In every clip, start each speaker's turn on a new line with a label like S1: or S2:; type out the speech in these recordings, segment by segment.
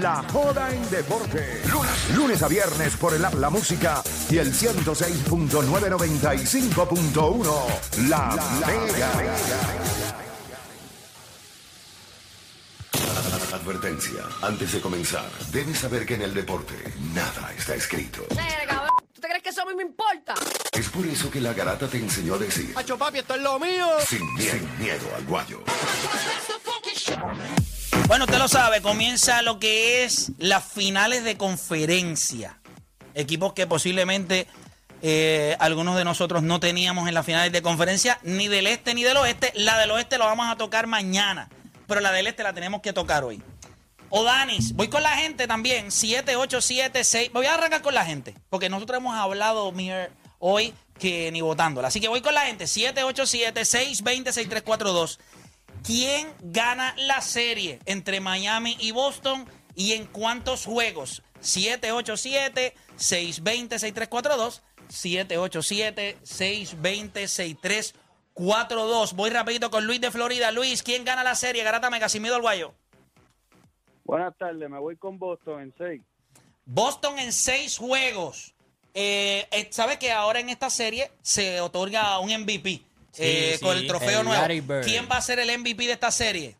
S1: La joda en deporte. Lunes, lunes a viernes por el app La Música y el 106.995.1. La, Mega. Advertencia. Antes de comenzar, debes saber que en el deporte nada está escrito.
S2: Verga, cabrón. ¿Tú te crees que eso a mí me importa?
S1: Es por eso que la garata te enseñó a decir
S3: Pacho, papi, esto es lo mío.
S1: sin miedo, sin miedo al guayo.
S4: Bueno, usted lo sabe, comienza lo que es las finales de conferencia. Equipos que posiblemente eh, algunos de nosotros no teníamos en las finales de conferencia, ni del este ni del oeste. La del oeste la vamos a tocar mañana, pero la del este la tenemos que tocar hoy. Odanis, voy con la gente también, 7876. Voy a arrancar con la gente, porque nosotros hemos hablado Mir, hoy que ni votándola. Así que voy con la gente, 787-620-6342. ¿Quién gana la serie entre Miami y Boston y en cuántos juegos? 787-620-6342. 787-620-6342. Voy rapidito con Luis de Florida. Luis, ¿quién gana la serie? Garata Megasimiro al guayo.
S5: Buenas tardes, me voy con Boston en 6.
S4: Boston en seis juegos. Eh, eh, ¿Sabe que ahora en esta serie se otorga un MVP eh,
S6: Sí,
S4: con
S6: sí,
S4: el trofeo
S6: el
S4: nuevo?
S6: Larry Bird.
S4: ¿Quién va a ser el MVP de esta serie?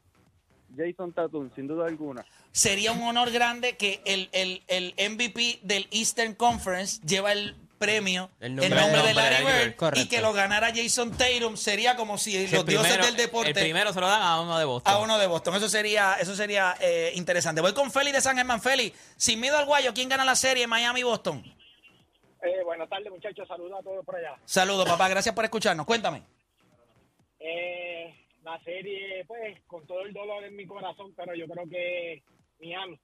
S5: Jason Tatum, sin duda alguna.
S4: Sería un honor grande que el, el- el MVP del Eastern Conference lleva el premio, el nombre, de Larry Bird, y
S6: Correcto.
S4: que lo ganara Jason Tatum. Sería como si
S6: Si
S4: los
S6: el
S4: dioses
S6: primero-
S4: del deporte...
S6: El primero se lo dan a uno de Boston.
S4: A uno de Boston. Eso sería, eso sería eh, interesante. Voy con Félix de San Germán. Félix, sin miedo al guayo, ¿quién gana la serie Miami-Boston?
S7: Eh, buenas tardes, muchachos. Saludos a todos por allá.
S4: Saludos, papá. Gracias por escucharnos. Cuéntame.
S7: Eh, la serie, pues, con todo el dolor en mi corazón, pero yo creo que Miami.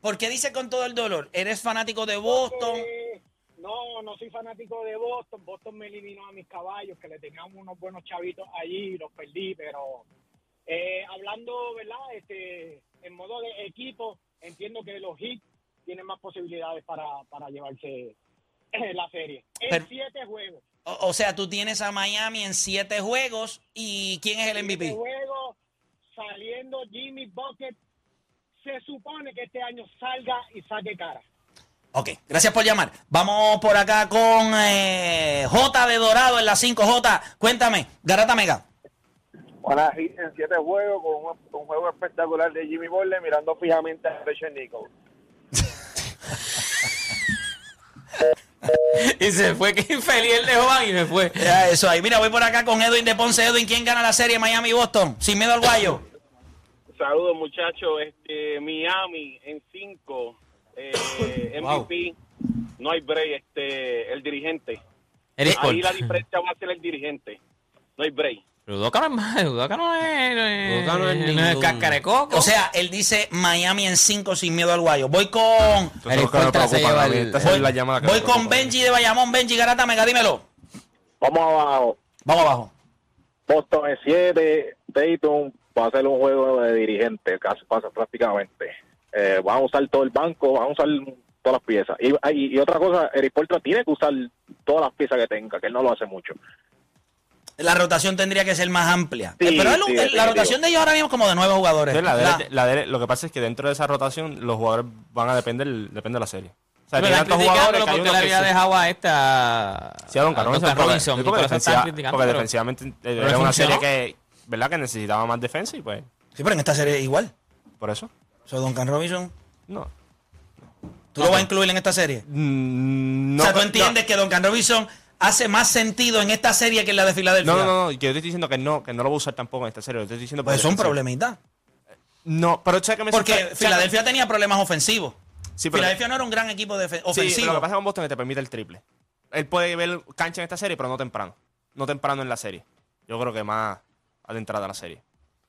S4: ¿Por qué dice con todo el dolor? ¿Eres fanático de Boston?
S7: Eh, no, no soy fanático de Boston. Boston me eliminó a mis caballos, que le teníamos unos buenos chavitos allí y los perdí, pero eh, hablando, ¿verdad? Este, en modo de equipo, entiendo que los Heat tienen más posibilidades para, para llevarse eh, la serie. En
S4: Pero-
S7: siete juegos.
S4: O, o sea, tú tienes a Miami en siete juegos y ¿quién es el
S7: Este
S4: MVP?
S7: juego saliendo Jimmy Bucket, se supone que este año salga y saque cara.
S4: Ok, gracias por llamar. Vamos por acá con eh, J de Dorado en la 5J. Cuéntame, Garata Mega.
S8: Una hit en siete juegos con un, un juego espectacular de Jimmy Butler mirando fijamente a Rachel Nichols.
S6: Y se fue, que infeliz el de Juan y me fue.
S4: Ya, eso ahí. Mira, voy por acá con Edwin de Ponce. Edwin, ¿quién gana la serie Miami-Boston? Sin miedo al guayo.
S8: Saludos muchachos, este, Miami en cinco, eh, MVP, no hay break, este, el dirigente.
S6: Eres
S8: Ahí
S6: por-
S8: la diferencia va a ser el dirigente, no hay break.
S6: Rudoka no es más, Rudoka no es. No es,
S9: Rudoka no es ningún-
S6: cascarecoco.
S4: O sea, él dice Miami en cinco sin miedo al guayo. Voy con,
S9: Esto es lo que me
S6: contra se
S9: preocupa,
S6: lleva
S9: a mí.
S6: el-
S9: Esta
S4: voy,
S9: es la llamada que
S4: voy
S9: me
S4: con
S9: preocupa.
S4: Benji de Bayamón. Benji, Garata Mega, dímelo.
S8: Vamos abajo,
S4: Vamos abajo.
S8: Boston en siete, Dayton va a ser un juego de dirigente, casi pasa prácticamente. Eh, van a usar todo el banco, van a usar todas las piezas. Y, y- y otra cosa, Eric Portra tiene que usar todas las piezas que tenga, que él no lo hace mucho.
S4: La rotación tendría que ser más amplia.
S8: Sí,
S4: Eh, Pero el- el-
S8: sí,
S4: la
S8: definitivo.
S4: rotación de ellos ahora mismo es como de nueve jugadores.
S9: Entonces, la
S4: La-
S9: dele- la dele- lo que pasa es que dentro de esa rotación los jugadores van a depender depende de la serie. O sea,
S6: Me
S9: tiene
S6: están
S9: tantos jugadores
S6: criticándolo
S9: que hay
S6: porque
S9: uno
S6: le
S9: que
S6: había
S9: sí-
S6: dejado a esta.
S9: sí, a Don Carlos,
S6: Don
S9: porque-
S6: Robinson,
S9: sí,
S6: por
S9: porque,
S6: eso
S9: defensiva-
S6: están criticando,
S9: porque
S6: pero-
S9: defensivamente eh,
S6: pero
S9: era una
S6: funcionó.
S9: serie que, ¿verdad? que necesitaba más defensa y pues,
S4: Sí, pero en esta serie es igual.
S9: por eso,
S4: So, Duncan Robinson,
S9: no.
S4: ¿tú lo vas a incluir en esta serie?
S9: Mm, no
S4: o sea, ¿tú
S9: no.
S4: entiendes que Duncan Robinson hace más sentido en esta serie que en la de Filadelfia?
S9: No, no, no, no, que yo te estoy diciendo que no, que no lo voy a usar tampoco en esta serie. Yo te estoy diciendo
S4: Pues
S9: porque-
S4: es un problemita.
S9: No, pero sé que me
S4: Porque
S9: sorpre-
S4: Filadelfia tenía problemas ofensivos.
S9: Sí, pero-
S4: Filadelfia no era un gran equipo defe-
S9: Sí, pero
S4: ofensivo.
S9: lo que pasa con Boston es que te permite el triple. Él puede ver cancha en esta serie, pero no temprano. No temprano en la serie. Yo creo que más a la entrada de la serie.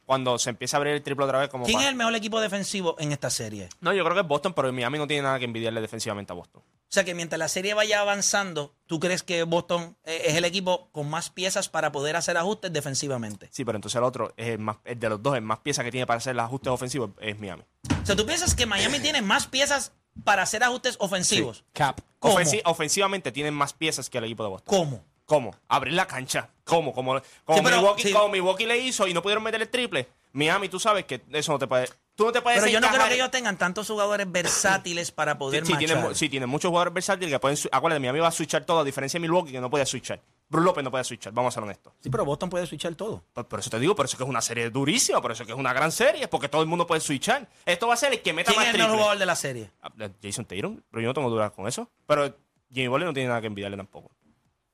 S9: cuando se empiece a abrir el triple otra vez como
S4: ¿Quién es
S9: para-
S4: el mejor equipo defensivo en esta serie?
S9: No, yo creo que es Boston, pero Miami no tiene nada que envidiarle defensivamente a Boston.
S4: O sea, que mientras la serie vaya avanzando, ¿tú crees que Boston eh, es el equipo con más piezas para poder hacer ajustes defensivamente?
S9: Sí, pero entonces el otro es el más, el de los dos, el más pieza que tiene para hacer los ajustes ofensivos es Miami.
S4: O sea, ¿tú piensas que Miami tiene más piezas para hacer ajustes ofensivos?
S6: Cap.
S4: ¿Cómo?
S9: Ofensi- ofensivamente tienen más piezas que el equipo de Boston.
S4: ¿Cómo?
S9: ¿Cómo? Abrir la cancha. ¿Cómo? Como, como,
S4: Sí, pero-
S9: Milwaukee,
S4: sí.
S9: como Milwaukee le hizo y no pudieron meter el triple. Miami, tú sabes que eso no te puede. Tú no te puedes
S4: Pero yo no creo
S9: encajar-
S4: que ellos tengan tantos jugadores versátiles para poder
S9: Sí, sí, tienen, mu-
S4: marchar.
S9: sí, tienen muchos jugadores versátiles que pueden. su- Acuérdate, Miami va a switchar todo, a diferencia de Milwaukee, que no podía switchar. Bruce López no podía switchar, vamos a ser honestos.
S4: Sí, pero Boston puede switchar todo.
S9: Por, Pues por eso te digo, por eso que es una serie durísima, por eso que es una gran serie, porque todo el mundo puede switchar. Esto va a ser el que meta
S4: ¿Quién es
S9: más
S4: el
S9: triple.
S4: mejor jugador de la serie?
S9: Ah, Jason Tatum, pero yo no tengo dudas con eso. Pero Jimmy Butler no tiene nada que envidiarle tampoco.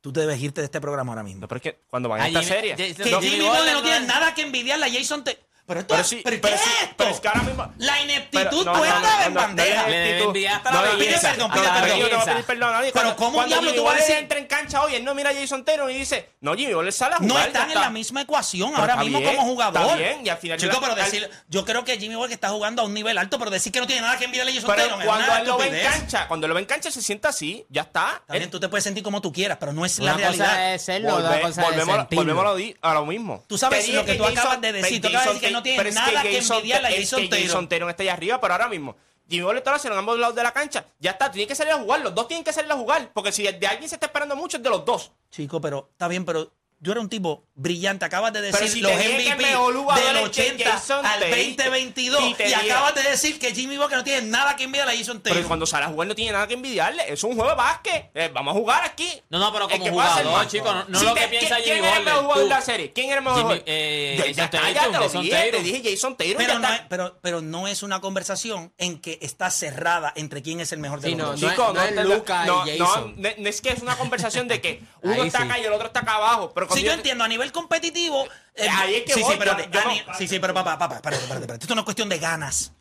S4: Tú debes irte de este programa ahora mismo.
S9: No, pero es que cuando van a
S6: Ah,
S9: esta
S6: Jimmy-
S9: serie.
S6: Jason-
S4: Que
S6: No,
S4: Jimmy
S6: Jimmy
S4: Butler
S6: Butler
S4: no
S6: no
S4: tiene
S6: es-
S4: nada que envidiarle a Jason Te- Pero esto
S9: Pero
S4: es-
S9: sí,
S4: ¿pero
S9: pero
S4: qué
S9: sí,
S4: es esto?
S9: pero es que ahora mismo-
S4: La
S9: Pero-
S4: ineptitud
S9: no, no,
S4: puesta
S9: no,
S4: en
S9: no, no,
S4: bandeja.
S9: no,
S6: Le
S9: actitud.
S6: envidia hasta
S9: No,
S6: la
S9: no,
S4: Pide
S6: belleza.
S4: perdón,
S9: No,
S4: pide
S9: no,
S6: Hasta la
S4: perdón.
S9: yo no voy a
S6: belleza.
S9: pedir perdón a nadie.
S4: Pero
S9: Cuando-
S4: ¿cómo
S9: cuando
S4: diablo
S9: Jimmy
S4: tú vas a
S9: Butler
S4: decir-
S9: entra en cancha hoy, él no mira a Jason Taylor y dice, no, Jimmy Butler sale a jugar.
S4: No
S9: ya
S4: están en
S9: está.
S4: la misma ecuación
S9: Pero
S4: ahora
S9: está
S4: mismo
S9: bien,
S4: como jugador.
S9: está bien, y al final
S4: Chico,
S9: yo-
S4: pero
S9: al-
S4: decir, yo creo que Jimmy Butler está jugando a un nivel alto, pero decir que no tiene nada que envidiarle a Jason
S9: Pero
S4: Tatum es
S9: cuando
S4: una
S9: él lo ve en
S4: estupidez.
S9: cancha, cuando lo ve en cancha se sienta así, ya está.
S4: También
S9: Él-
S4: tú te puedes sentir como tú quieras, pero no es la
S6: Una cosa
S4: realidad.
S6: es serlo, otra
S9: Volve-
S6: cosa es
S9: volvemos, a-
S6: sentirlo.
S9: volvemos a, lo, di- a lo mismo.
S4: Tú sabes
S9: Te
S4: lo
S9: dije
S4: que tú acabas de decir. Tú acabas de decir que
S9: Jason
S4: no tiene
S9: pero es
S4: nada que
S9: Jason-
S4: envidiarle a
S9: es
S4: Jason
S9: que
S4: Taylor.
S9: Jason Taylor está allá arriba, pero ahora mismo. Jimmy Butler está en ambos lados de la cancha. Ya está, tiene que salir a jugar. Los dos tienen que salir a jugar. Porque si de alguien se está esperando mucho es de los dos.
S4: Chico, pero está bien, pero yo era un tipo brillante. Acabas de
S9: Pero
S4: decir
S9: si
S4: los
S9: te dije que
S4: MVP
S9: el mejor jugador
S4: del
S9: es
S4: 80
S9: Jason
S4: al
S9: Tatum.
S4: 2022.
S9: Sí, te
S4: y
S9: dije.
S4: acabas de decir que Jimmy Butler no tiene nada que envidiarle a Jason
S9: Pero
S4: Taylor.
S9: cuando sale a jugar no tiene nada que envidiarle. Es un juego de básquet. Eh, vamos a jugar aquí.
S6: No, no, pero
S9: El
S6: como
S9: que pueda hacer
S6: jugador,
S9: más.
S6: chico, no- no lo que
S9: te-
S6: piensa
S9: ¿quién,
S6: Jimmy
S9: ¿Quién es el mejor
S6: Butler?
S9: jugador de
S6: Tú.
S9: la serie? ¿Quién es el mejor
S6: Jimmy-
S9: jugador?
S6: eh,
S9: Ya-
S6: Jason
S9: ya-
S6: Tatum,
S9: ya te lo
S6: Jason
S9: dije, Te
S6: Tatum.
S9: dije Jason Taylor. ya
S4: Pero no,
S9: está.
S4: es, pero, pero no es una conversación en que está cerrada entre quién es el mejor de
S6: Sí,
S4: los
S6: no,
S4: dos.
S6: no es-
S9: Chico,
S6: es
S9: te-
S6: Luka y
S9: no, no,
S6: Jason.
S9: no, no es que es una conversación de que uno
S6: Ahí
S9: está
S6: sí.
S9: acá y el otro está acá abajo. Pero
S4: Si
S9: cuando
S4: yo
S9: yo-
S4: entiendo, a nivel competitivo. eh,
S9: Ahí es que
S4: sí, sí,
S9: voy,
S4: espérate,
S9: yo- yo
S4: a
S9: no-
S4: ni- sí, sí, pero papá, papá, espérate, espérate, espérate. Esto no es cuestión de ganas.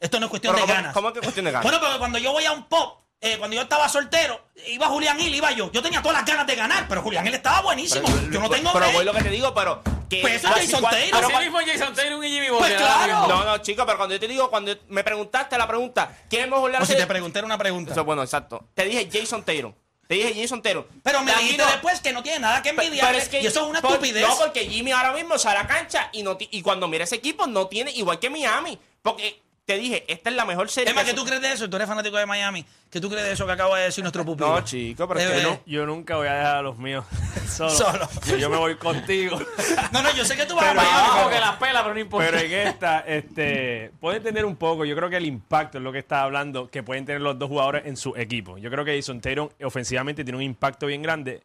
S4: Esto no es cuestión
S9: Pero
S4: de
S9: ¿cómo-
S4: ganas.
S9: cómo es que cuestión de ganas?
S4: Bueno, pero cuando yo voy a un pop, eh, cuando yo estaba soltero, iba Julián Hill, iba yo. Yo tenía todas las ganas de ganar, pero Julián Hill estaba buenísimo. yo no tengo.
S9: Pero
S4: eh,
S9: voy lo que te digo, pero. Que
S4: Pues eso es
S9: cuando-
S4: Jason
S9: cuando-
S4: Taylor.
S9: pero
S6: Así
S9: cuando-
S6: mismo Jason Taylor y Jimmy
S4: Pues
S6: Butler. ahora
S4: claro.
S6: mismo.
S9: No, no, chico, pero cuando yo te digo, cuando me preguntaste la pregunta, ¿quién es el mejor de la
S4: o si
S9: serie?
S4: te pregunté era una pregunta.
S9: Eso, bueno, exacto. Te dije Jason Taylor. Te dije Jason Taylor.
S4: pero me
S9: Aquí
S4: dijiste
S9: no-
S4: después que no tiene nada que
S9: Pe-
S4: envidiar.
S9: pero es que-
S4: y eso es una
S9: por-
S4: estupidez.
S9: No, porque Jimmy ahora mismo sale a cancha y, no ti- y cuando mira ese equipo no tiene igual que Miami. Porque te dije, esta es la mejor serie.
S4: es más,
S9: que
S4: que tú crees de eso, tú eres fanático de Miami. ¿Qué tú crees de eso que acaba de decir nuestro pupilo?
S9: No, chico, pero es que
S4: Eh,
S9: no.
S3: Yo nunca voy a dejar a los míos solos.
S4: Solo.
S3: Yo me voy contigo.
S4: eh. No, no, yo sé que tú vas
S3: Pero
S4: a Miami.
S3: abajo
S6: Abajo que las pela, pero no importa.
S3: Pero en esta, este, puede entender un poco. Yo creo que el impacto es lo que está hablando que pueden tener los dos jugadores en su equipo. Yo creo que Jason Taylor ofensivamente tiene un impacto bien grande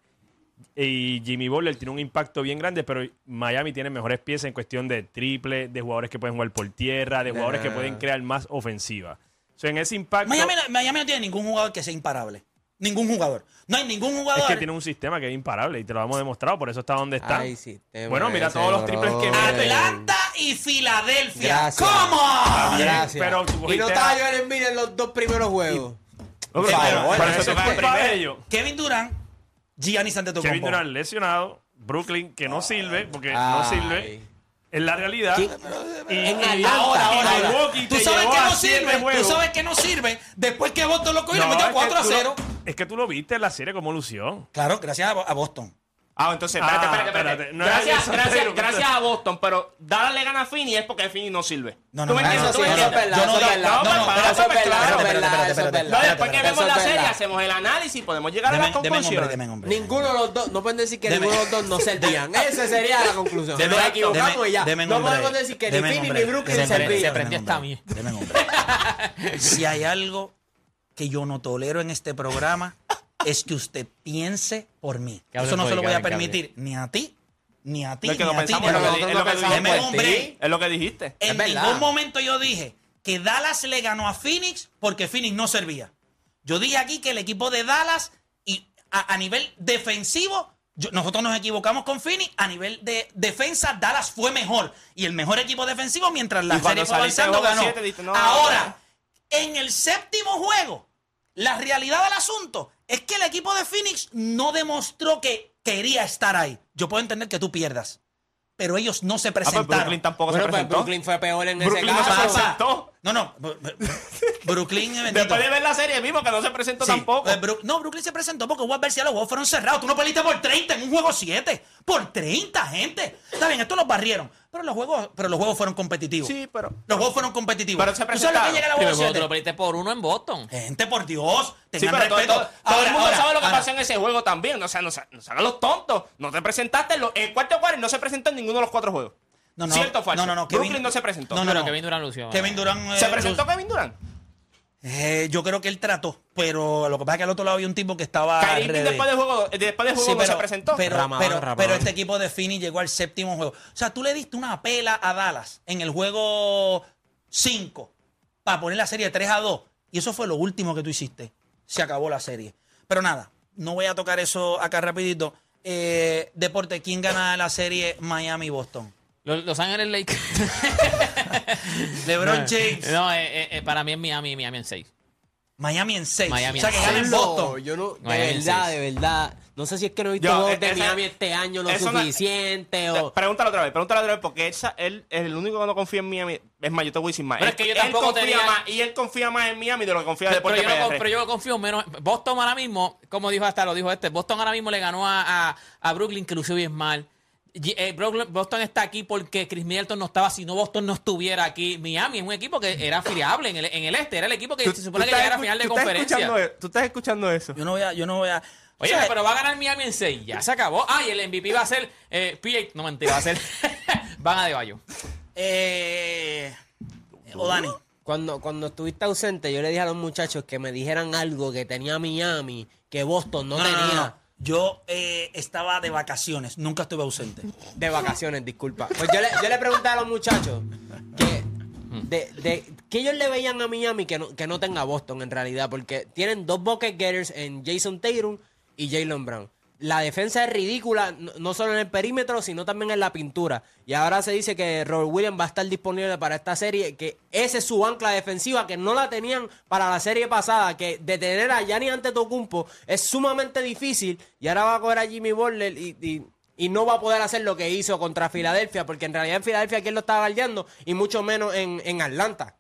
S3: y Jimmy Butler tiene un impacto bien grande, pero Miami tiene mejores piezas en cuestión de triple, de jugadores que pueden jugar por tierra, de jugadores que pueden crear más ofensiva. O sea, en ese impacto
S4: Miami, no- Miami no tiene ningún jugador que sea imparable. Ningún jugador. No hay ningún jugador.
S3: es que tiene un sistema que es imparable y te lo hemos demostrado, por eso está donde está.
S6: Ay, sí, te
S3: bueno, mira
S6: ese,
S3: todos los triples que
S6: brother.
S3: mete.
S4: Atlanta y Filadelfia.
S6: Gracias.
S4: ¿Cómo?
S6: Gracias.
S3: Pero tú
S6: y no
S3: cogiste
S6: estaba
S3: a-
S6: Joel Embiid en los dos primeros juegos.
S4: Sí,
S3: No, pero-
S4: pero-
S3: pero
S4: pero
S9: eso
S3: eso es
S9: fue
S3: culpa
S9: primero.
S3: de ellos.
S4: Kevin Durant, Giannis Antetokounmpo.
S3: Kevin Durant lesionado, Brooklyn que no sirve, porque no
S6: Ay.
S3: sirve, es la realidad. Y, y-
S4: Ahora, ahora, ahora.
S3: Milwaukee
S4: Tú
S3: te
S4: sabes
S3: llevó
S4: que
S3: a
S4: no
S3: siete
S4: sirve. Tú
S3: juegos.
S4: sabes que no sirve. Después que Boston lo cogió,
S3: No,
S4: le metió
S3: es que
S4: 4 a
S3: tú lo-
S4: 0.
S3: es que tú lo viste en la serie como lució.
S4: Claro, gracias a Bo- a Boston.
S9: Ah, entonces,
S3: Ah,
S9: espérate, espérate, espérate.
S3: espérate. No era
S9: gracias,
S3: Jason
S9: gracias,
S3: Taylor,
S9: gracias
S3: entonces.
S9: a Boston, pero Dallas le gana a Finney es porque Finney no sirve.
S4: No, no,
S9: ¿Tú me
S4: pues, no,
S9: entiendes?
S4: eso
S9: ¿Tú
S4: sí,
S9: me
S4: eso es
S9: entiendes?
S4: verdad,
S9: No,
S4: eso es
S9: no,
S4: verdad.
S9: no,
S4: No, no,
S9: para-
S4: pero eso es
S9: para-
S4: verdad,
S9: claro,
S4: eso es
S9: pero-
S4: verdad, eso es
S9: pero-
S4: verdad.
S9: No, después que
S4: Eso es
S9: vemos la
S4: verdad.
S9: serie, hacemos el análisis y podemos llegar a
S4: Deme
S9: las
S4: deme un hombre,
S9: conclusiones.
S4: deme un hombre.
S6: Ninguno de los dos, no pueden decir que
S4: Deme- Ah,
S6: ninguno de los dos no servían. Esa sería la conclusión.
S4: Deme-
S6: Nos equivocamos
S4: deme-
S6: y ya.
S4: deme un
S6: No
S4: hombre.
S6: podemos decir que
S4: Deme un
S6: ni Phoenix
S4: hombre.
S6: ni Brooklyn
S4: Deme un hombre,
S6: servían.
S4: deme un
S6: prestó
S4: hombre,
S10: pues,
S4: deme un hombre. Si hay algo que yo no tolero en este programa, es que usted piense por mí.
S6: Que hable
S4: Eso no
S6: por
S4: se
S6: él,
S4: lo
S6: que
S4: voy a
S6: hable, que hable.
S4: permitir ni a ti, ni a ti,
S9: No es que
S4: ni
S9: no
S4: a ti. ni
S9: pensamos,
S4: a
S9: es lo que
S4: ti.
S9: di- es
S6: nosotros
S9: lo que
S6: no pensamos
S4: Deme un
S9: dijiste.
S6: por ti.
S4: hombre.
S9: Es lo que dijiste. Ah,
S4: En
S9: pues
S6: Es verdad.
S4: ningún momento yo dije que Dallas le ganó a Phoenix porque Phoenix no servía. Yo dije aquí que el equipo de Dallas y a, a nivel defensivo, yo- nosotros nos equivocamos con Phoenix, a nivel de defensa Dallas fue mejor y el mejor equipo defensivo mientras la
S9: Y cuando
S4: serie fue
S9: saliste
S4: avanzando
S9: de juego
S4: ganó.
S9: siete, dijiste, no,
S4: Ahora, en el séptimo juego, la realidad del asunto es que el equipo de Phoenix no demostró que quería estar ahí. Yo puedo entender que tú pierdas. pero ellos no se
S9: pues
S4: presentaron.
S9: Brooklyn tampoco
S6: Bueno,
S9: se
S6: pues
S9: presentó.
S6: Brooklyn fue peor en
S9: Brooklyn
S6: ese
S9: no se
S6: caso.
S9: presentó. presentó.
S4: No, no. Bru- Bru- Brooklyn eh, bendito.
S9: Después de ver la serie mismo, que no se presentó
S4: Sí,
S9: tampoco.
S4: eh, Bru- no, Brooklyn se presentó porque Juan García los juegos fueron cerrados. Tú no perdiste por 30 en un juego 7. Por 30, gente. Está bien, esto los barrieron. Pero los juegos, pero los juegos fueron competitivos.
S9: Sí, pero.
S4: Los juegos fueron competitivos.
S9: Pero se
S4: ¿Tú sabes lo que
S9: presentaron.
S4: llega a la
S9: Primer
S4: juego
S9: juego,
S6: Tú lo
S4: 7?
S6: perdiste por uno en Boston.
S4: Gente, por Dios.
S9: Sí,
S4: Tengan
S9: pero todo,
S4: respeto.
S9: todo- todo
S4: Ahora,
S9: el mundo
S4: ahora,
S9: sabe lo que
S4: ahora.
S9: pasó en ese juego también. O sea, no, sa- no se hagan los tontos. No te presentaste en los- en cuarto de cuarto y no se presentó en ninguno de los cuatro juegos.
S4: No, no.
S9: ¿Cierto o
S4: No,
S9: falso?
S4: no, no.
S9: Brooklyn no se presentó.
S4: No, no,
S9: Pero
S4: no.
S6: Kevin Durant lució.
S4: Kevin Durant,
S9: ¿Se
S4: eh,
S9: presentó
S4: lució-
S9: Kevin Durant?
S4: Eh, yo creo que él trató, pero lo que pasa es que al otro lado había un tipo que estaba.
S9: Kyrie
S4: al
S9: Irving
S4: revés.
S9: después del juego, eh, después del juego
S4: Sí,
S9: no se presentó.
S4: Pero,
S6: Ramadán,
S4: pero,
S6: Ramadán.
S4: pero este equipo de Phoenix llegó al séptimo juego. O sea, tú le diste una pela a Dallas en el juego 5 para poner la serie 3 a 2. Y eso fue lo último que tú hiciste. Se acabó la serie. Pero nada, no voy a tocar eso acá rapidito. Eh, Deporte, ¿quién gana la serie Miami-Boston?
S10: Los, Los Ángeles Lakers.
S4: LeBron James.
S10: No, eh, eh, eh, para mí es Miami, Miami en 6.
S4: Miami en 6.
S10: Miami
S4: o sea,
S10: en
S4: que gana en
S10: seis.
S4: Boston.
S6: Yo no, de
S10: Miami en
S6: verdad,
S10: seis.
S6: de verdad. No sé si es que no he visto
S9: Yo,
S6: dos
S9: eh,
S6: de
S9: esa-
S6: Miami este año lo
S9: eso no-
S6: suficiente.
S9: Eh,
S6: o,
S9: Pregúntalo otra vez, pregúntalo otra vez, porque esa- él es el único que no confía en Miami. Es más, yo te voy a decir más.
S10: Pero
S9: Él-
S10: es que yo
S9: él
S10: tampoco
S9: confía
S10: tenía-
S9: más, Y él confía más en Miami de lo que confía en
S10: Pero,
S9: Deporte
S10: yo no,
S9: PR.
S10: pero yo confío menos. Boston ahora mismo, como dijo hasta lo dijo este, Boston ahora mismo le ganó a, a- a Brooklyn, que lució bien mal. Y, eh, Brooklyn- Boston está aquí porque Chris Middleton no estaba, si no Boston no estuviera aquí. Miami es un equipo que era fiable en el, en el este, era el equipo que
S9: Tú-
S10: se supone
S9: tú
S10: que
S9: estás
S10: llegara a
S9: escu-
S10: final de
S9: tú estás escuchando
S10: conferencia.
S9: e- Tú estás escuchando eso.
S4: Yo no voy a... Yo no voy a o
S10: Oye,
S4: sea,
S10: pero va a ganar Miami en 6, ya se acabó. Ah, y el MVP va a ser eh, PJ, no mentira, va a ser Van a de Bayo.
S4: Eh, o Dani.
S6: Cuando, cuando estuviste ausente, yo le dije a los muchachos que me dijeran algo que tenía Miami, que Boston no, tenía.
S4: Yo eh, estaba de vacaciones, nunca estuve ausente.
S6: De vacaciones, disculpa. Pues yo le, yo le pregunté a los muchachos que, de, de- que ellos le veían a Miami que no, que no tenga Boston en realidad, porque tienen dos bucket getters en Jason Tatum y Jalen Brown. La defensa es ridícula, no, no solo en el perímetro, sino también en la pintura. Y ahora se dice que Robert Williams va a estar disponible para esta serie, que ese es su ancla defensiva, que no la tenían para la serie pasada, que detener a Gianni Antetokounmpo es sumamente difícil. Y ahora va a coger a Jimmy Butler y- y y no va a poder hacer lo que hizo contra Filadelfia, porque en realidad en Filadelfia quién lo estaba guardiando y mucho menos en, en Atlanta.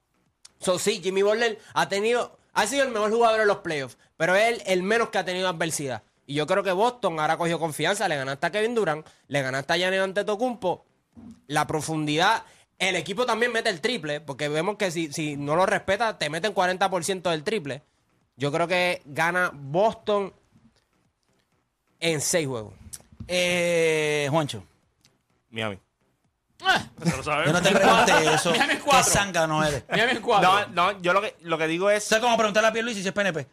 S6: So, sí, Jimmy Butler ha tenido, ha sido el mejor jugador en los playoffs, pero él el menos que ha tenido adversidad. Y yo creo que Boston ahora cogió confianza, le ganaste a Kevin Durant, le ganaste a Giannis Antetokounmpo, la profundidad. El equipo también mete el triple, porque vemos que si, si no lo respeta, te meten 40% del triple. Yo creo que gana Boston en seis juegos.
S4: Eh, Juancho,
S9: Miami.
S10: Ah,
S3: Eso lo sabemos.
S4: yo no te pregunté eso.
S10: Miami en
S4: ¿Qué
S10: cuatro.
S4: sanga no eres?
S10: Miami en
S9: No,
S10: 4.
S9: no, yo lo que, lo que digo es.
S4: ¿Sabes cómo preguntarle a Pierluisi si es PNP?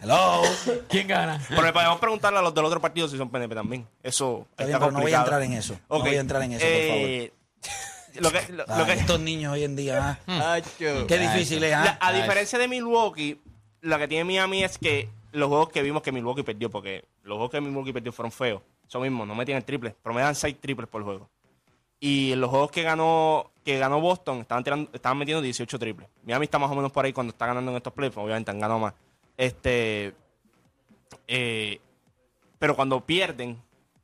S4: Hello.
S10: ¿Quién gana?
S9: Pero le podemos preguntarle a los del otro partido si son PNP también. Eso
S4: Está bien, pero no voy a entrar en eso. No
S9: Ok.
S4: voy a entrar en eso,
S9: Eh, Lo que, lo,
S4: por favor.
S9: lo que-
S4: Ay, Estos niños hoy en día, ah, qué difícil es. ah.
S9: la- a diferencia de Milwaukee, lo que tiene Miami es que los juegos que vimos que Milwaukee perdió, porque los juegos que Milwaukee perdió fueron feos. Eso mismo, no metían el triple. Promedian seis triples por juego. Y en los juegos que ganó, que ganó Boston estaban, tirando, estaban metiendo 18 triples. Miami está más o menos por ahí cuando está ganando en estos playoffs. Obviamente han ganado más. Este, eh, pero cuando pierden,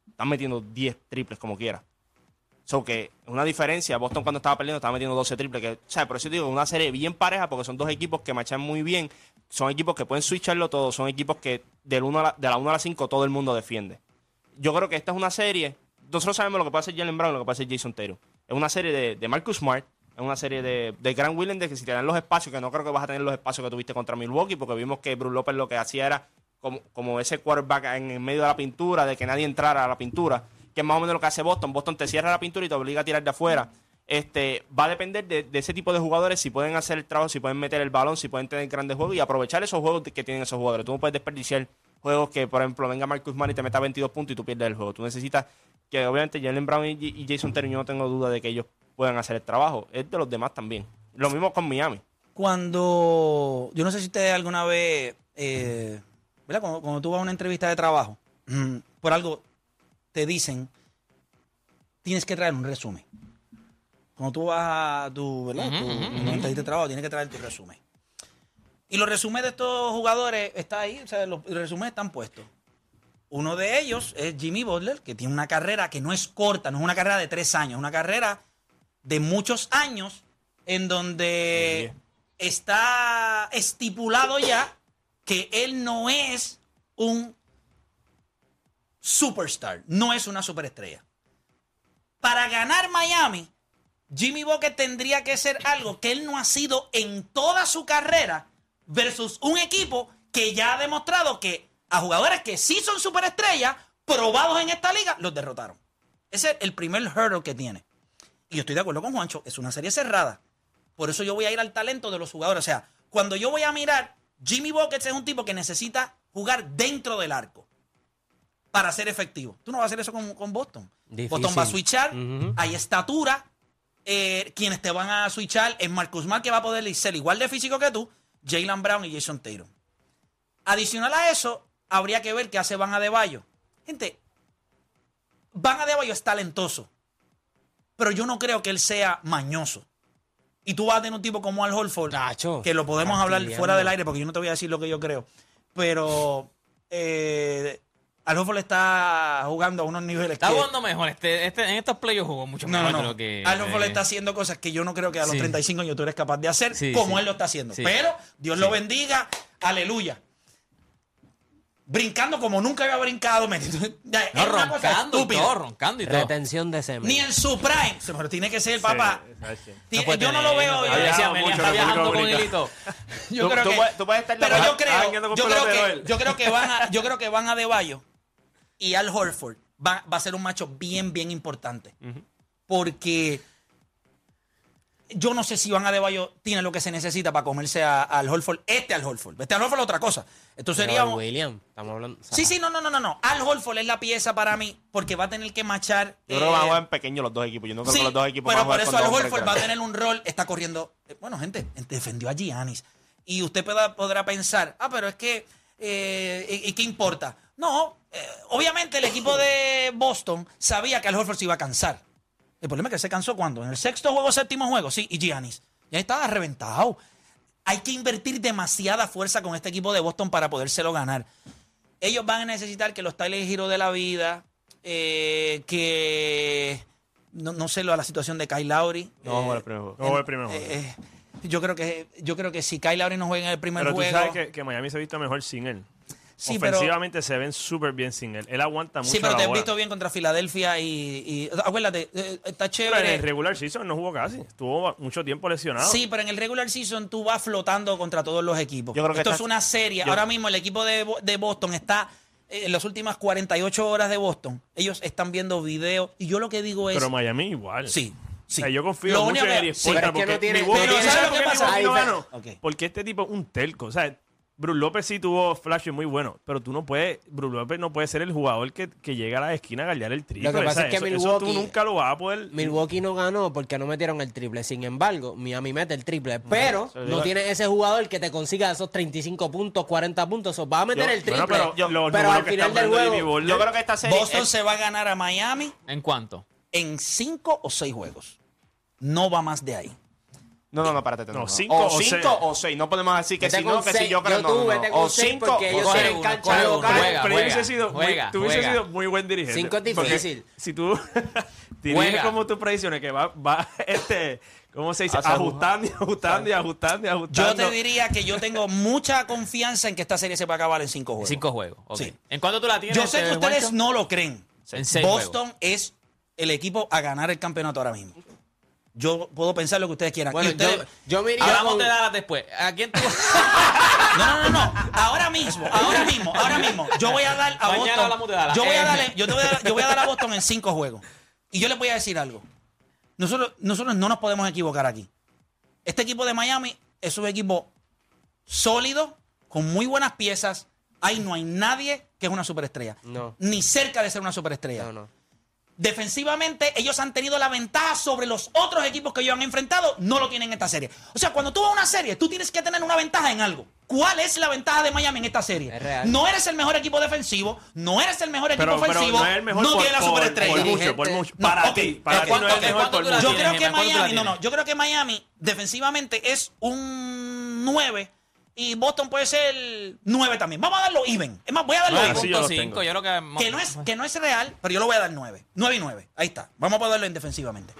S9: están metiendo 10 triples como quiera. So que una diferencia, Boston cuando estaba perdiendo estaba metiendo 12 triples. Que, o sea, por eso digo, una serie bien pareja porque son dos equipos que machan muy bien. Son equipos que pueden switcharlo todo. Son equipos que del uno a la- de la 1 a la 5 todo el mundo defiende. Yo creo que esta es una serie. Nosotros sabemos lo que puede hacer Jalen Brown y lo que puede hacer Jason Taylor. Es una serie de, de Marcus Smart. Es una serie de, de Grant Williams de que si te dan los espacios, que no creo que vas a tener los espacios que tuviste contra Milwaukee, porque vimos que Bruce López lo que hacía era como, como ese quarterback en el medio de la pintura, de que nadie entrara a la pintura, que es más o menos lo que hace Boston. Boston te cierra la pintura y te obliga a tirar de afuera. Este, va a depender de, de ese tipo de jugadores si pueden hacer el trabajo, si pueden meter el balón, si pueden tener grandes juegos y aprovechar esos juegos que tienen esos jugadores. Tú no puedes desperdiciar juegos que, por ejemplo, venga Marcus Smart y te meta 22 puntos y tú pierdes el juego. Tú necesitas que, obviamente, Jalen Brown y, y Jason Terry, yo no tengo duda de que ellos puedan hacer el trabajo. Es de los demás también. Lo mismo con Miami.
S4: cuando. Yo no sé si ustedes alguna vez. eh, ¿Verdad? Cuando, cuando tú vas a una entrevista de trabajo, mm, por algo te dicen. Tienes que traer un resumen. Cuando tú vas a tu. ¿Verdad? Tu- tu entrevista de trabajo, tienes que traer tu resumen. Y los resúmenes de estos jugadores está ahí, o sea, los resúmenes están puestos. Uno de ellos es Jimmy Butler, que tiene una carrera que no es corta, no es una carrera de tres años, es una carrera de muchos años en donde está estipulado ya que él no es un superstar, no es una superestrella. Para ganar Miami, Jimmy Booker tendría que ser algo que él no ha sido en toda su carrera versus un equipo que ya ha demostrado que a jugadores que sí son superestrellas, probados en esta liga, los derrotaron. Ese es el primer hurdle que tiene. Y yo estoy de acuerdo con Juancho, es una serie cerrada. Por eso yo voy a ir al talento de los jugadores. O sea, cuando yo voy a mirar, Jimmy Buckets es un tipo que necesita jugar dentro del arco para ser efectivo. Tú no vas a hacer eso con, con Boston.
S6: Difícil.
S4: Boston va a switchar,
S6: Ujú.
S4: hay estatura. eh, quienes te van a switchar es Marcus Smart, que va a poder ser igual de físico que tú, Jalen Brown y Jason Taylor. Adicional a eso, habría que ver qué hace Van Adebayo. Gente, Van Adebayo es talentoso, pero yo no creo que él sea mañoso. Y tú vas a tener un tipo como Al Holford, que lo podemos hablar
S6: Castiliano.
S4: fuera del aire, porque yo no te voy a decir lo que yo creo. Pero eh, Al Holford está jugando a unos niveles
S10: Está
S4: que-
S10: jugando mejor. Este, este- en estos playoffs jugó mucho
S4: no,
S10: mejor
S4: no, Ah,
S10: de
S4: no.
S10: lo que.
S4: Al Holford
S10: eh,
S4: está haciendo cosas que yo no creo que a los
S10: Sí.
S4: 35 años tú eres capaz de hacer,
S10: Sí,
S4: como
S10: sí.
S4: él lo está haciendo.
S10: Sí.
S4: Pero Dios lo bendiga, aleluya. Brincando como nunca había brincado, metiendo- es
S10: no,
S4: una cosa
S10: roncando y
S4: estúpida.
S10: todo, roncando y todo.
S6: Retención de semen.
S4: Ni en su prime, se- pero tiene que ser el papá. Tiene-
S10: puede
S4: yo no
S10: tener,
S4: lo veo.
S10: no
S4: yo
S10: puede
S4: decía,
S10: tener.
S4: Amelia,
S10: mucho
S4: está
S10: en
S4: viajando
S10: República
S4: con
S10: Dominicana.
S4: hilito.
S9: Tú-
S4: Yo creo
S9: tú
S4: que-
S9: puedes- tú puedes estar
S4: pero
S9: la-
S4: yo
S9: jangueando
S4: creo,
S9: con
S4: yo creo
S9: pelotero
S4: que,
S9: él.
S4: yo creo que van a, yo creo que van a De Bayo y Al Horford va, va a ser un macho bien, bien importante. Porque yo no sé si Van Adebayo tiene lo que se necesita para comerse a- al Holford, este al Holford. Este al Holford es otra cosa. Esto
S6: Pero
S4: sería un-
S6: William, estamos hablando. o sea,
S4: Sí, sí, no, no, no, no, no. Al Holford es la pieza para mí porque va a tener que machar.
S9: Yo creo que van a
S4: eh,
S9: jugar en pequeño los dos equipos. Yo no creo
S4: Sí,
S9: que los dos equipos
S4: pero
S9: van
S4: por
S9: a jugar
S4: eso
S9: con
S4: Al
S9: dos hombres
S4: Horford va a
S9: grandes.
S4: tener un rol, está corriendo. eh, Bueno, gente, defendió a Giannis. Y usted pueda- podrá pensar, ah, pero es que, eh, ¿y, y qué importa? No, eh, obviamente el equipo de Boston sabía que Al Horford se iba a cansar. El problema es que se cansó cuando, en el sexto juego, séptimo juego, sí, y Giannis. Ya estaba reventado. Hay que invertir demasiada fuerza con este equipo de Boston para podérselo ganar ellos van a necesitar que los Tyler Giro de la vida, eh, que no, no sé lo la situación de Kyle Lowry.
S9: No va a jugar el
S4: Eh,
S9: primer juego.
S3: No va a jugar el primer juego.
S4: eh, yo creo que yo creo que si Kyle Lowry no juega en el primer
S3: Pero tú
S4: juego,
S3: sabes que, que Miami se ha visto mejor sin él.
S4: Sí, pero-
S3: Ofensivamente se ven súper bien sin él. Él aguanta mucho
S4: sí, pero
S3: la
S4: te has
S3: bola.
S4: visto bien contra Filadelfia y, y- acuérdate, eh, está
S3: Pero en el
S4: chévere.
S3: regular season no jugó casi. Estuvo mucho tiempo lesionado.
S4: Sí, pero en el regular season tú vas flotando contra todos los equipos.
S9: Yo creo que
S4: Esto
S9: estás-
S4: es una serie.
S9: yo-
S4: Ahora mismo el equipo de, Bo- de Boston está eh, en las últimas 48 horas de Boston. Ellos están viendo videos y yo lo que digo es
S6: Pues
S3: Pero Miami igual.
S4: Sí, sí.
S3: O sea, yo confío
S4: Lo
S3: mucho
S4: único
S3: en
S4: que-
S3: Eddie
S4: sí.
S3: Sporta
S6: Pero es que
S3: porque
S6: no tiene-
S3: mi
S6: no
S3: Bogotá-
S6: tiene-
S3: ¿sabes
S6: ¿sabes
S3: por
S6: lo
S3: qué
S6: que
S3: mi
S6: pasa?
S3: Bogotá
S6: Ahí
S3: no
S6: está.
S3: ganó?
S4: Ok.
S3: Porque este tipo es un telco. O sea, Bruce López sí tuvo flashes muy buenos, pero tú no puedes, Bruce López no puede ser el jugador que, que llega a la esquina a galdear el triple.
S6: Lo que
S3: O
S6: pasa
S3: sea,
S6: es que
S3: eso, eso
S6: Milwaukee-
S3: tú nunca lo vas a poder.
S6: Milwaukee no ganó porque no metieron el triple. Sin embargo, Miami mete el triple. Pero
S9: se
S6: no
S9: diga-
S6: tiene ese jugador que te consiga esos 35 puntos, 40 puntos. o va a meter
S3: Yo-
S6: el triple.
S3: bueno, pero yo- los
S6: pero
S3: números
S6: al
S3: que
S6: final
S3: está
S6: del
S3: poniendo Jimmy
S6: juego.
S3: Butler-
S9: Yo creo que esta serie. eh,
S4: Boston
S9: es-
S4: se va a ganar a Miami
S10: ¿En cuánto?
S4: en cinco o seis juegos. No va más de ahí.
S9: No, no, no, párate. No,
S3: No,
S9: no.
S3: cinco
S9: o
S3: o seis.
S9: 5 o 6. No podemos decir que
S6: Vete
S9: si
S6: con
S9: no, que si
S6: seis.
S9: yo creo
S6: Yo
S9: no,
S6: tú,
S9: no, no.
S6: vete con
S9: O
S6: seis
S9: 5
S6: porque ellos
S9: o
S6: Coge
S10: Coge
S9: 6.
S6: tienen
S10: uno,
S6: cancha
S10: coge
S6: de
S10: uno,
S6: local.
S10: juega,
S3: pero yo
S10: juega,
S3: hubiese sido
S10: juega,
S3: muy, tú hubiese
S10: juega.
S3: sido muy buen dirigente.
S6: Cinco es
S3: Porque
S6: difícil.
S3: Si tú tienes
S10: Juega.
S3: como tus predicciones que va, va este, ¿cómo se dice?
S9: Hace aguja.
S3: Ajustando y ajustando y ajustando y
S4: Yo
S3: ajustando.
S4: te diría que yo tengo mucha confianza en que esta serie se va a acabar en cinco juegos.
S10: Cinco juegos. ok.
S4: Sí.
S10: ¿En cuánto tú la tienes?
S4: Yo sé que
S10: eh,
S4: ustedes
S10: Juancho?
S4: no lo creen.
S10: En seis
S4: Boston es el equipo a ganar el campeonato ahora mismo. Yo puedo pensar lo que ustedes quieran.
S6: Bueno,
S4: Y ustedes-
S6: yo, yo me iría
S10: Hablamos
S6: con- Ah,
S10: de Dallas después. ¿A quién tú?
S4: No, no, no, no. Ahora mismo, ahora mismo, ahora mismo. Yo voy a dar a
S10: Mañana hablamos de
S4: Boston.
S10: Dallas.
S4: Yo voy a
S10: Eh.
S4: darle, yo te voy a dar, yo voy a dar a Boston en cinco juegos. Y yo les voy a decir algo. Nosotros, nosotros no nos podemos equivocar aquí. Este equipo de Miami es un equipo sólido, con muy buenas piezas. Ahí no hay nadie que es una superestrella.
S6: No.
S4: Ni cerca de ser una superestrella.
S6: No, no.
S4: Defensivamente, ellos han tenido la ventaja sobre los otros equipos que ellos han enfrentado. No lo tienen en esta serie. O sea, cuando tú vas a una serie, tú tienes que tener una ventaja en algo. ¿Cuál es la ventaja de Miami en esta serie?
S6: Es real.
S4: No eres el mejor equipo defensivo, no eres el mejor equipo
S3: pero, pero
S4: ofensivo,
S3: no es el mejor por,
S4: tienes la
S3: por-
S4: superestrella.
S3: Por, mucho,
S6: Dirigente.
S3: por mucho.
S4: No,
S3: Para
S4: ok,
S3: ti, para
S4: ok.
S3: ti no es el
S10: ¿Cuánto-
S3: mejor
S10: cuánto
S3: por
S10: tú la
S3: mucho.
S4: Yo
S10: tienes,
S4: creo que
S10: Germán? ¿Cuánto la
S4: Miami, no,
S10: tienes?
S4: no, yo creo que Miami defensivamente es un 9 y Boston puede ser 9 también. Vamos a darlo even. Es más, voy a darlo
S6: Ah,
S10: Nueve
S4: even.
S10: punto cinco, yo creo que...
S4: Que no, es, que no es real, pero yo lo voy a dar 9. 9 y 9. Ahí está. Vamos a ponerlo en defensivamente.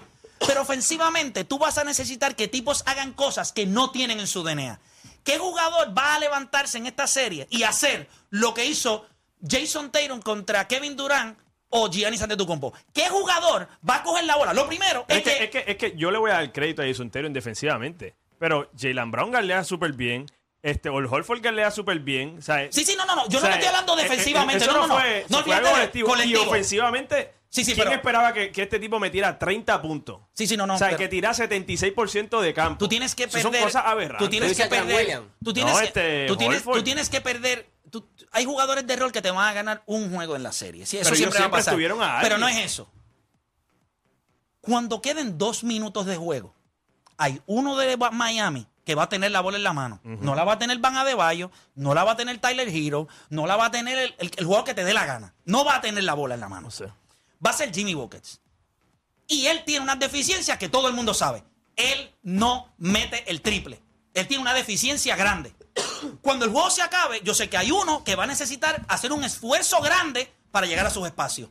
S4: Pero ofensivamente, tú vas a necesitar que tipos hagan cosas que no tienen en su DNA. ¿Qué jugador va a levantarse en esta serie y hacer lo que hizo Jason Tatum contra Kevin Durant o Giannis Antetokounmpo? ¿Qué jugador va a coger la bola? Lo primero es,
S3: Es que, es, que, es que yo le voy a dar crédito a Jason Taylor defensivamente. Pero Jalen Brown galea súper bien. Este, Ol Holford galea súper bien. o sea,
S4: Sí, sí, no, no, no. Yo
S3: o sea,
S4: no te estoy hablando
S3: eh, eh,
S4: defensivamente.
S3: eso
S4: no, no, no.
S3: fue-
S4: no
S3: eso fue
S4: olvídate
S3: algo
S4: de-
S3: colectivo. Y
S4: colectivo.
S3: ofensivamente,
S4: Sí, sí,
S3: ¿quién
S4: pero-
S3: esperaba que, que este tipo metiera 30 puntos?
S4: Sí, sí, no, no,
S3: O sea,
S4: pero-
S3: que tirara 76% de campo.
S4: Tú tienes que
S3: Eso
S4: perder.
S3: Son cosas aberrantes.
S4: Tú tienes que
S6: Richard
S4: perder.
S6: Williams.
S4: Tú tienes,
S3: No,
S4: que-
S3: este,
S4: tú tienes, tú
S3: Horford.
S4: tienes que perder. tú- tú- hay jugadores de rol que te van a ganar un juego en la serie. Sí, eso
S3: Pero ellos
S4: siempre va a
S3: siempre
S4: pasar.
S3: estuvieron a
S4: Pero no es
S3: alguien.
S4: eso. Cuando queden dos minutos de juego, hay uno de Ba- Miami que va a tener la bola en la mano. No la va a tener Van Adebayo, no la va a tener Tyler Hero, no la va a tener el, el- el jugador que te dé la gana. No va a tener la bola en la mano. Va a ser Jimmy Buckets. Y él tiene unas deficiencias que todo el mundo sabe. Él no mete el triple. Él tiene una deficiencia grande. Cuando el juego se acabe, yo sé que hay uno que va a necesitar hacer un esfuerzo grande para llegar a sus espacios.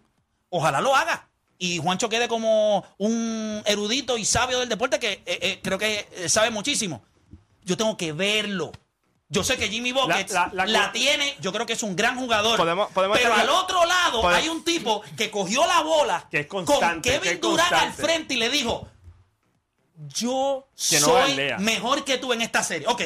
S4: Ojalá lo haga. Y Juancho quede como un erudito y sabio del deporte que eh, eh, creo que eh, sabe muchísimo. Yo tengo que verlo. Yo sé que Jimmy Buckets la,
S9: La- la- la-
S4: tiene. Yo creo que es un gran jugador.
S9: Podemos- podemos
S4: pero
S9: estar-
S4: al otro lado
S9: podemos-
S4: hay un tipo que cogió la bola
S3: Que es
S4: con
S3: constante, que
S4: Kevin
S3: es
S4: Durant al
S3: constante.
S4: frente y le dijo, yo
S3: Que no
S4: soy
S3: galea.
S4: mejor que tú en esta serie. Ok,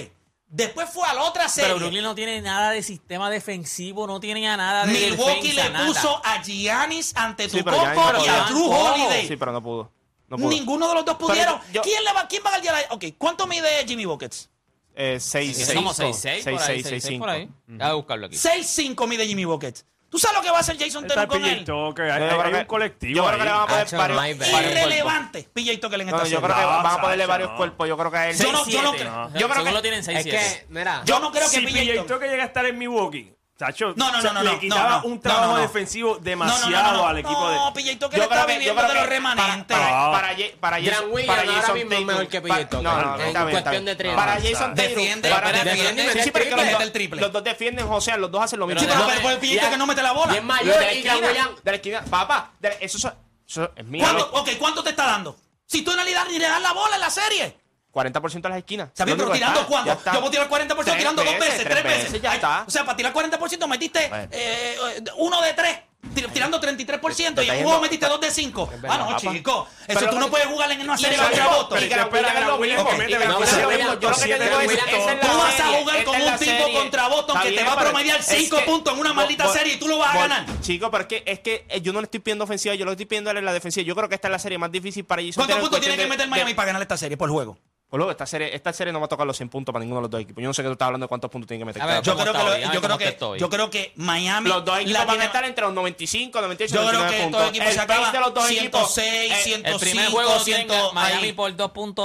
S4: después fue a la otra
S10: Pero
S4: serie.
S10: Brooklyn no tiene nada de sistema defensivo, no tiene a nada de
S4: Milwaukee
S10: defensa,
S4: le
S10: nada.
S4: puso a Giannis ante tu
S9: Sí, pero Giannis no
S4: y a
S9: podía.
S4: Drew Holiday.
S9: Sí, pero no pudo. No pudo.
S4: Ninguno de los dos pudieron.
S9: yo-
S4: ¿Quién, le va, ¿Quién va a galdear ahí? Ok, ¿cuánto mide Jimmy Buckets?
S9: Eh, 6
S10: Sí, Somos 6-6, por ahí, 6-6 por ahí. Voy a buscarlo aquí.
S4: 6'5 mide Jimmy Buckets. ¿Tú sabes lo que va a hacer Jason
S3: Está
S4: Taylor
S3: el
S4: con
S3: PJ
S4: él?
S3: Tucker, hay,
S9: Yo
S3: hay-
S9: creo
S3: hay
S9: que-
S3: un colectivo
S9: yo creo que
S3: ahí.
S9: le vamos a poner
S6: Acho,
S9: varios-
S6: my bad.
S9: varios cuerpos.
S4: Irrelevante PJ Tucker en esta
S9: No,
S4: serie.
S9: yo creo que
S3: No,
S9: van a ponerle
S3: Sacho,
S9: varios
S3: no.
S9: cuerpos. Yo creo que a él.
S4: Yo no- yo no
S10: 6-7.
S4: creo-
S9: yo creo
S10: Según
S9: que-
S10: lo tienen 6-7.
S6: Es que, mira,
S4: Yo no creo que
S3: si
S4: PJ
S3: PJ
S4: Tucker-
S3: Tucker llega a estar en Milwaukee, Sacho,
S4: No, no,
S3: o sea,
S4: no, no, no,
S3: le quitaba
S4: no, no,
S3: un trabajo
S4: no, no.
S3: defensivo demasiado
S4: No, no, no, no,
S3: al equipo de.
S4: No, PJ Tucker
S9: Yo
S4: está
S9: creo que- yo
S4: viviendo
S9: creo
S4: de los
S9: que para-
S4: remanentes.
S9: Para, para,
S3: No.
S9: Ye- para, Ye-
S6: Grant Williams
S9: para
S6: Ah. ahora
S9: Jason
S6: mismo es
S9: Tatum.
S6: mejor que
S9: Pa-
S6: PJ Tucker.
S9: No, no,
S6: En
S9: está bien, está
S6: cuestión
S9: bien.
S6: de tres
S9: Para
S6: rounds.
S9: Jason Tatum.
S4: Defiende,
S9: para
S4: pero
S9: Jason
S4: defiende,
S9: Tatum.
S4: mete
S9: Sí,
S4: el
S9: pero que
S4: triple,
S9: los
S4: mete el
S9: dos-
S4: triple.
S9: Los dos defienden, o sea, los dos hacen lo mismo.
S4: Sí, pero
S6: No,
S4: pero fue el PJ
S6: ya-
S4: que no mete la bola.
S6: Y es más,
S9: Lo
S6: yo
S9: de
S6: de
S9: la
S6: esquina.
S9: esquina, de la esquina. Papá, de la- eso, son- eso es mío.
S4: ¿Cuánto, ok, ¿cuánto te está dando? Si tú en realidad ni le das la bola en la serie.
S9: 40% a las esquinas.
S4: ¿Sabes?
S9: Lo
S4: Pero
S9: único que
S4: tirando
S9: pues está,
S4: cuándo?
S9: ya está.
S4: Yo puedo tirar 40%
S9: Tres
S4: tirando dos veces, tres veces.
S9: Ya
S4: Ay,
S9: está.
S4: O sea, para tirar 40% metiste
S9: Bueno.
S4: eh, eh, uno de tres. tir- Tirando 33% y en un
S9: yendo-
S4: juego metiste dos de cinco. Ah, no,
S9: papá.
S4: chico. Eso
S9: Pero-
S4: tú no puedes jugar en una serie
S9: Pero-
S4: contra Boston.
S3: Pero
S9: Y
S3: te
S9: Gran
S3: espera
S9: Williams
S3: Gran
S9: lo
S3: Williams que
S9: mismo.
S3: mete
S9: Y Gran
S3: 27
S9: Williams, yo lo que te
S3: puntos,
S9: digo es-
S3: 7
S9: esa es la
S4: Tú vas a
S9: serie,
S4: jugar
S9: esta
S4: con
S9: es la
S4: un tipo
S9: serie.
S4: contra Boston
S9: Está
S4: que te
S9: bien,
S4: va a
S9: pero
S4: promediar
S9: es
S4: cinco
S9: que-
S4: puntos en una
S9: bo-
S4: maldita
S9: bo-
S4: serie y tú lo vas a
S9: bo-
S4: ganar.
S9: Chico, pero es que, es que eh, yo no le estoy pidiendo ofensiva, yo lo estoy pidiendo en la defensiva. Yo creo que esta es la serie más difícil para ellos.
S4: ¿Cuántos puntos tiene que meter Miami para ganar esta serie por juego?
S9: Pues luego, esta serie, esta serie no va a tocar los 100 puntos para ninguno de los dos equipos. Yo no sé qué tú estás hablando de cuántos puntos tiene que meter.
S10: A ver,
S9: cada
S4: Yo
S10: ¿Cómo
S4: creo, que
S10: está
S4: lo-
S10: hoy? Ay,
S4: yo, creo
S10: ¿cómo
S4: que,
S10: está hoy?
S4: yo creo que Miami.
S9: Los dos equipos
S4: la
S9: van a
S4: tiene-
S9: estar entre los 95, 98 y
S4: Yo creo
S9: 99
S4: que
S9: puntos.
S4: estos equipos
S9: El
S4: se
S9: pace de
S4: acaban
S9: los dos
S4: 106,
S9: equipos, eh,
S4: 100.
S10: El primer
S4: 105,
S10: juego
S4: 100,
S10: tenga Miami
S4: ahí.
S10: por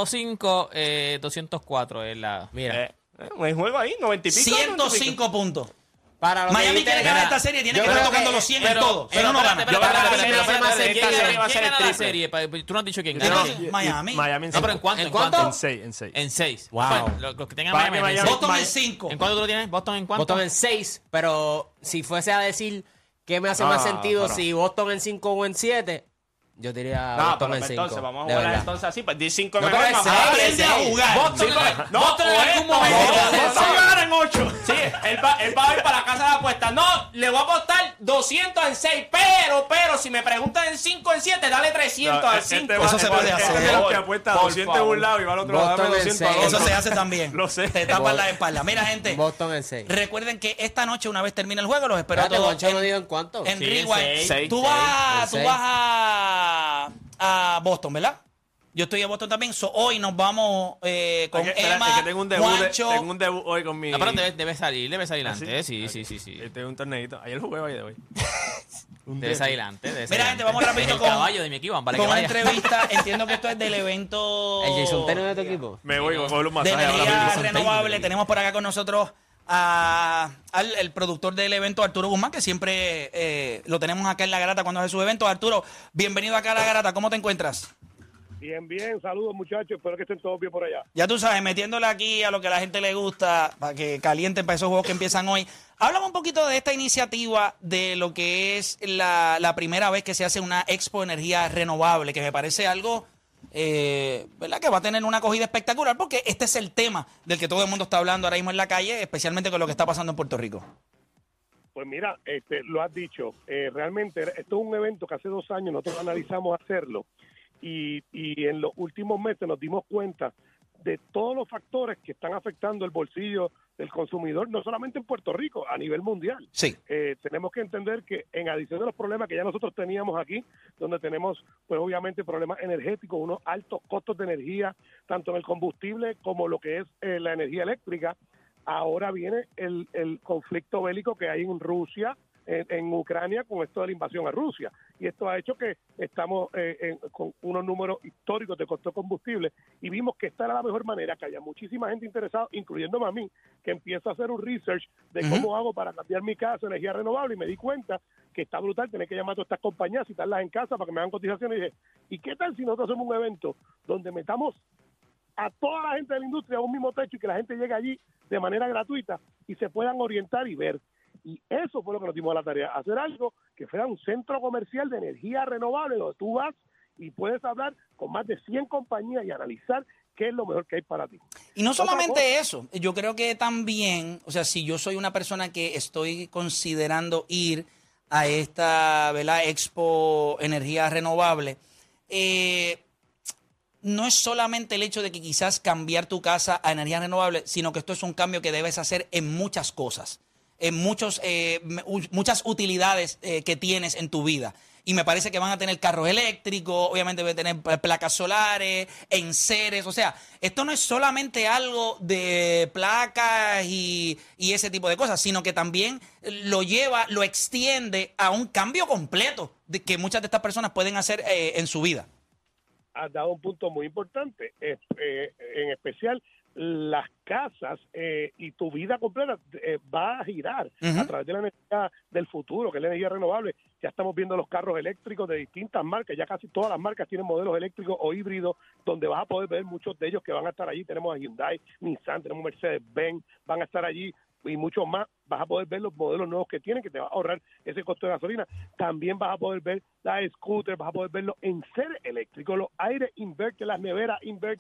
S10: 2.5, eh, 204 es la...
S6: mira,
S9: eh, eh, un juego ahí, 90 y pico. 95.
S4: 105 puntos.
S6: para lo que
S4: Miami
S6: dijiste,
S4: quiere ganar
S6: mira,
S4: esta serie, tiene
S6: yo
S4: que estar
S6: creo
S4: tocando los 100 en
S10: pero-
S4: todo. Pero no gana.
S10: espérate, espérate,
S6: Yo creo que
S10: espérate,
S6: la primera semana
S10: espérate, espérate, espérate,
S6: se
S10: ¿quién
S9: llega
S10: gana
S9: el
S10: la
S9: triple.
S10: serie? Pa- pa- Tú no has dicho quién gana.
S4: Entonces, Miami.
S3: Miami en
S10: No, pero ¿en
S3: seis.
S10: cuánto?
S6: ¿En cuánto?
S3: En seis, en seis.
S10: En 6.
S6: Wow.
S10: los que tengan
S3: Para
S10: Miami.
S3: que
S10: en
S3: Miami-
S10: seis.
S4: Boston en
S3: Miami-
S4: 5.
S10: ¿En cuánto tú lo tienes? ¿Boston en cuánto?
S6: Boston en 6, pero si fuese a decir qué me hace más
S9: Ah,
S6: sentido
S9: pero-
S6: si Boston en 5 o en 7, yo diría
S9: No,
S6: Boston
S9: pero
S6: en
S10: pues,
S6: 5.
S9: entonces vamos a jugar entonces así. Pues, di 5
S6: No,
S9: en
S6: pero
S9: el
S6: es
S9: más.
S6: seis.
S4: Aprende a jugar.
S10: Boston,
S9: Sí,
S10: en-
S9: no,
S10: Boston en
S9: o
S10: algún
S9: esto,
S10: momento.
S9: o
S10: va a
S9: esto.
S10: hacer-
S3: en 8.
S9: Sí, él va, él va a ir para la casa de apuestas. No, le voy a apostar 200 en 6, pero, pero, si me preguntan en 5 en 7, dale 300 al 5.
S4: Eso se puede hacer.
S3: Este es el que apuesta
S9: Por
S3: 200 en
S9: favor.
S3: un lado y va al otro
S6: Boston
S3: lado. dame
S6: en
S3: 200 al
S6: seis.
S4: Eso
S3: otro.
S4: se hace también.
S3: Lo sé.
S4: Te tapan la espalda. Mira, gente.
S6: Boston en 6.
S4: Recuerden que esta noche, una vez termine el juego, los espero a
S6: Espérate,
S4: todos.
S6: Goncho no
S4: En,
S6: dijo en cuánto.
S4: en
S10: Sí, en
S4: Rewind.
S9: seis.
S4: Tú
S9: Seis,
S4: vas,
S6: en
S4: tú
S6: seis.
S4: vas a, a Boston, ¿verdad? Yo estoy a Boston también. So, hoy nos vamos eh, con
S3: Es que, espera,
S4: Emma,
S3: es que tengo un debut, de-
S4: Juancho.
S3: tengo un debut hoy con mi...
S10: No, pero debe, debe salir, debe salir
S3: ¿Ah, sí?
S10: antes. Sí,
S3: Ok.
S10: sí, sí, sí.
S3: Eh, Tengo un torneito. Ayer jugué, hoy de hoy.
S10: Debe salir antes. debe salir
S4: Mira, gente,
S10: antes.
S4: vamos rapidito
S10: El
S4: con-
S10: caballo de mi equipo, para
S4: con
S10: que
S4: una
S10: vaya.
S4: entrevista. Entiendo que esto es del evento.
S6: ¿El Jason Taylor de tu equipo?
S3: Me voy con un
S4: de
S3: masaje ahora
S4: energía
S3: mismo.
S4: renovable. Tenemos por acá con nosotros a- al el productor del evento, Arturo Guzmán, que siempre eh, lo tenemos acá en La Garata cuando hace sus eventos. Arturo, bienvenido acá a La Garata. ¿Cómo te encuentras?
S11: Bien, bien. Saludos, muchachos. Espero que estén todos bien por allá.
S4: Ya tú sabes, metiéndole aquí a lo que a la gente le gusta, para que calienten para esos juegos que empiezan hoy. Háblame un poquito de esta iniciativa, de lo que es la, la primera vez que se hace una expo de energía renovable, que me parece algo, eh, ¿verdad? Que va a tener una acogida espectacular, porque este es el tema del que todo el mundo está hablando ahora mismo en la calle, especialmente con lo que está pasando en Puerto Rico.
S11: Pues mira, este, lo has dicho. Eh, realmente, esto es un evento que hace dos años nosotros analizamos hacerlo y, y en los últimos meses nos dimos cuenta de todos los factores que están afectando el bolsillo del consumidor, no solamente en Puerto Rico, a nivel mundial.
S4: Sí.
S11: Eh, tenemos que entender que en adición de los problemas que ya nosotros teníamos aquí, donde tenemos pues obviamente problemas energéticos, unos altos costos de energía, tanto en el combustible como lo que es eh, la energía eléctrica, ahora viene el, el conflicto bélico que hay en Rusia, en, en Ucrania con esto de la invasión a Rusia. Y esto ha hecho que estamos eh, en- con unos números históricos de costo de combustible y vimos que esta era la mejor manera, que haya muchísima gente interesada, incluyéndome a mí, que empiezo a hacer un research de cómo hago para cambiar mi casa a energía renovable y me di cuenta que está brutal tener que llamar a todas estas compañías, citarlas en casa para que me hagan cotizaciones y dije, ¿y qué tal si nosotros hacemos un evento donde metamos a toda la gente de la industria a un mismo techo y que la gente llegue allí de manera gratuita y se puedan orientar y ver. Y eso fue lo que nos dimos a la tarea, hacer algo que fuera un centro comercial de energía renovable donde tú vas y puedes hablar con más de 100 compañías y analizar qué es lo mejor que hay para ti.
S4: Y no
S11: Otra
S4: solamente eso, yo creo que también, o sea, si yo soy una persona que estoy considerando ir a esta ¿verdad? Expo Energía Renovable, eh, no es solamente el hecho de que quizás cambiar tu casa a energía renovable, sino que esto es un cambio que debes hacer en muchas cosas, en muchos, eh, m- u- muchas utilidades eh, que tienes en tu vida. Y me parece que van a tener carros eléctricos, obviamente van a tener pla- placas solares, enseres. O sea, esto no es solamente algo de placas y, y ese tipo de cosas, sino que también lo lleva, lo extiende a un cambio completo de que muchas de estas personas pueden hacer eh, en su vida.
S11: has dado un punto muy importante, es- eh, en especial las casas eh, y tu vida completa eh, va a girar
S12: Ujú.
S11: a través de la energía del futuro, que es la energía renovable. Ya estamos viendo los carros eléctricos de distintas marcas, ya casi todas las marcas tienen modelos eléctricos o híbridos, donde vas a poder ver muchos de ellos que van a estar allí. Tenemos a Hyundai, Nissan, tenemos Mercedes-Benz, van a estar allí y muchos más. Vas a poder ver los modelos nuevos que tienen, que te va a ahorrar ese costo de gasolina. También vas a poder ver las scooters, vas a poder ver los enseres eléctricos, los aires inverter, las neveras inverter,